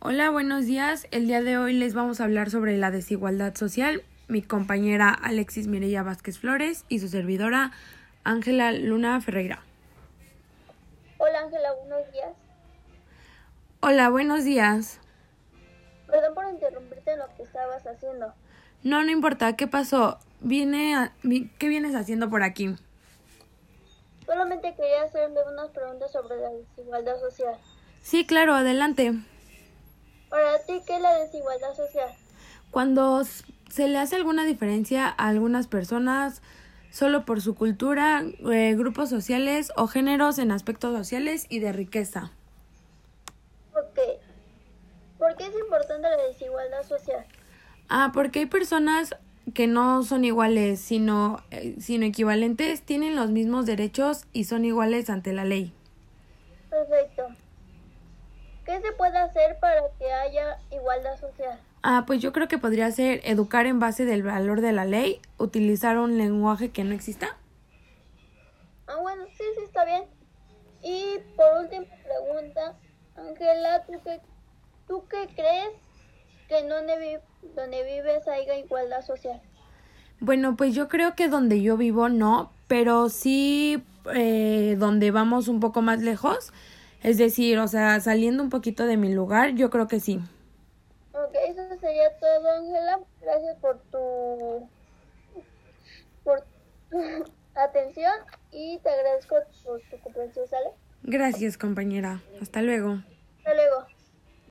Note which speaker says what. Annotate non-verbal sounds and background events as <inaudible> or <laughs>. Speaker 1: Hola, buenos días. El día de hoy les vamos a hablar sobre la desigualdad social. Mi compañera Alexis Mireya Vázquez Flores y su servidora Ángela Luna Ferreira.
Speaker 2: Hola Ángela, buenos días.
Speaker 1: Hola, buenos días.
Speaker 2: Perdón por interrumpirte en lo que estabas haciendo.
Speaker 1: No, no importa, ¿qué pasó? Viene a- vi- ¿Qué vienes haciendo por aquí?
Speaker 2: Solamente quería hacerle unas preguntas sobre la desigualdad social.
Speaker 1: Sí, claro, adelante.
Speaker 2: Para ti, ¿qué es la desigualdad social?
Speaker 1: Cuando s- se le hace alguna diferencia a algunas personas solo por su cultura, eh, grupos sociales o géneros en aspectos sociales y de riqueza.
Speaker 2: ¿Por qué? ¿Por qué es importante la desigualdad social?
Speaker 1: Ah, porque hay personas que no son iguales, sino, eh, sino equivalentes, tienen los mismos derechos y son iguales ante la ley.
Speaker 2: Perfecto. ¿Qué se puede hacer para que haya igualdad social?
Speaker 1: Ah, pues yo creo que podría ser educar en base del valor de la ley, utilizar un lenguaje que no exista.
Speaker 2: Ah, bueno, sí, sí, está bien. Y por última pregunta, Ángela, ¿tú qué, ¿tú qué crees que en donde, vi- donde vives haya igualdad social?
Speaker 1: Bueno, pues yo creo que donde yo vivo no, pero sí eh, donde vamos un poco más lejos, es decir, o sea, saliendo un poquito de mi lugar, yo creo que sí.
Speaker 2: Ok, eso sería todo, Ángela. Gracias por tu por tu <laughs> atención y te agradezco por tu comprensión, ¿sale?
Speaker 1: Gracias, compañera. Hasta luego.
Speaker 2: Hasta luego.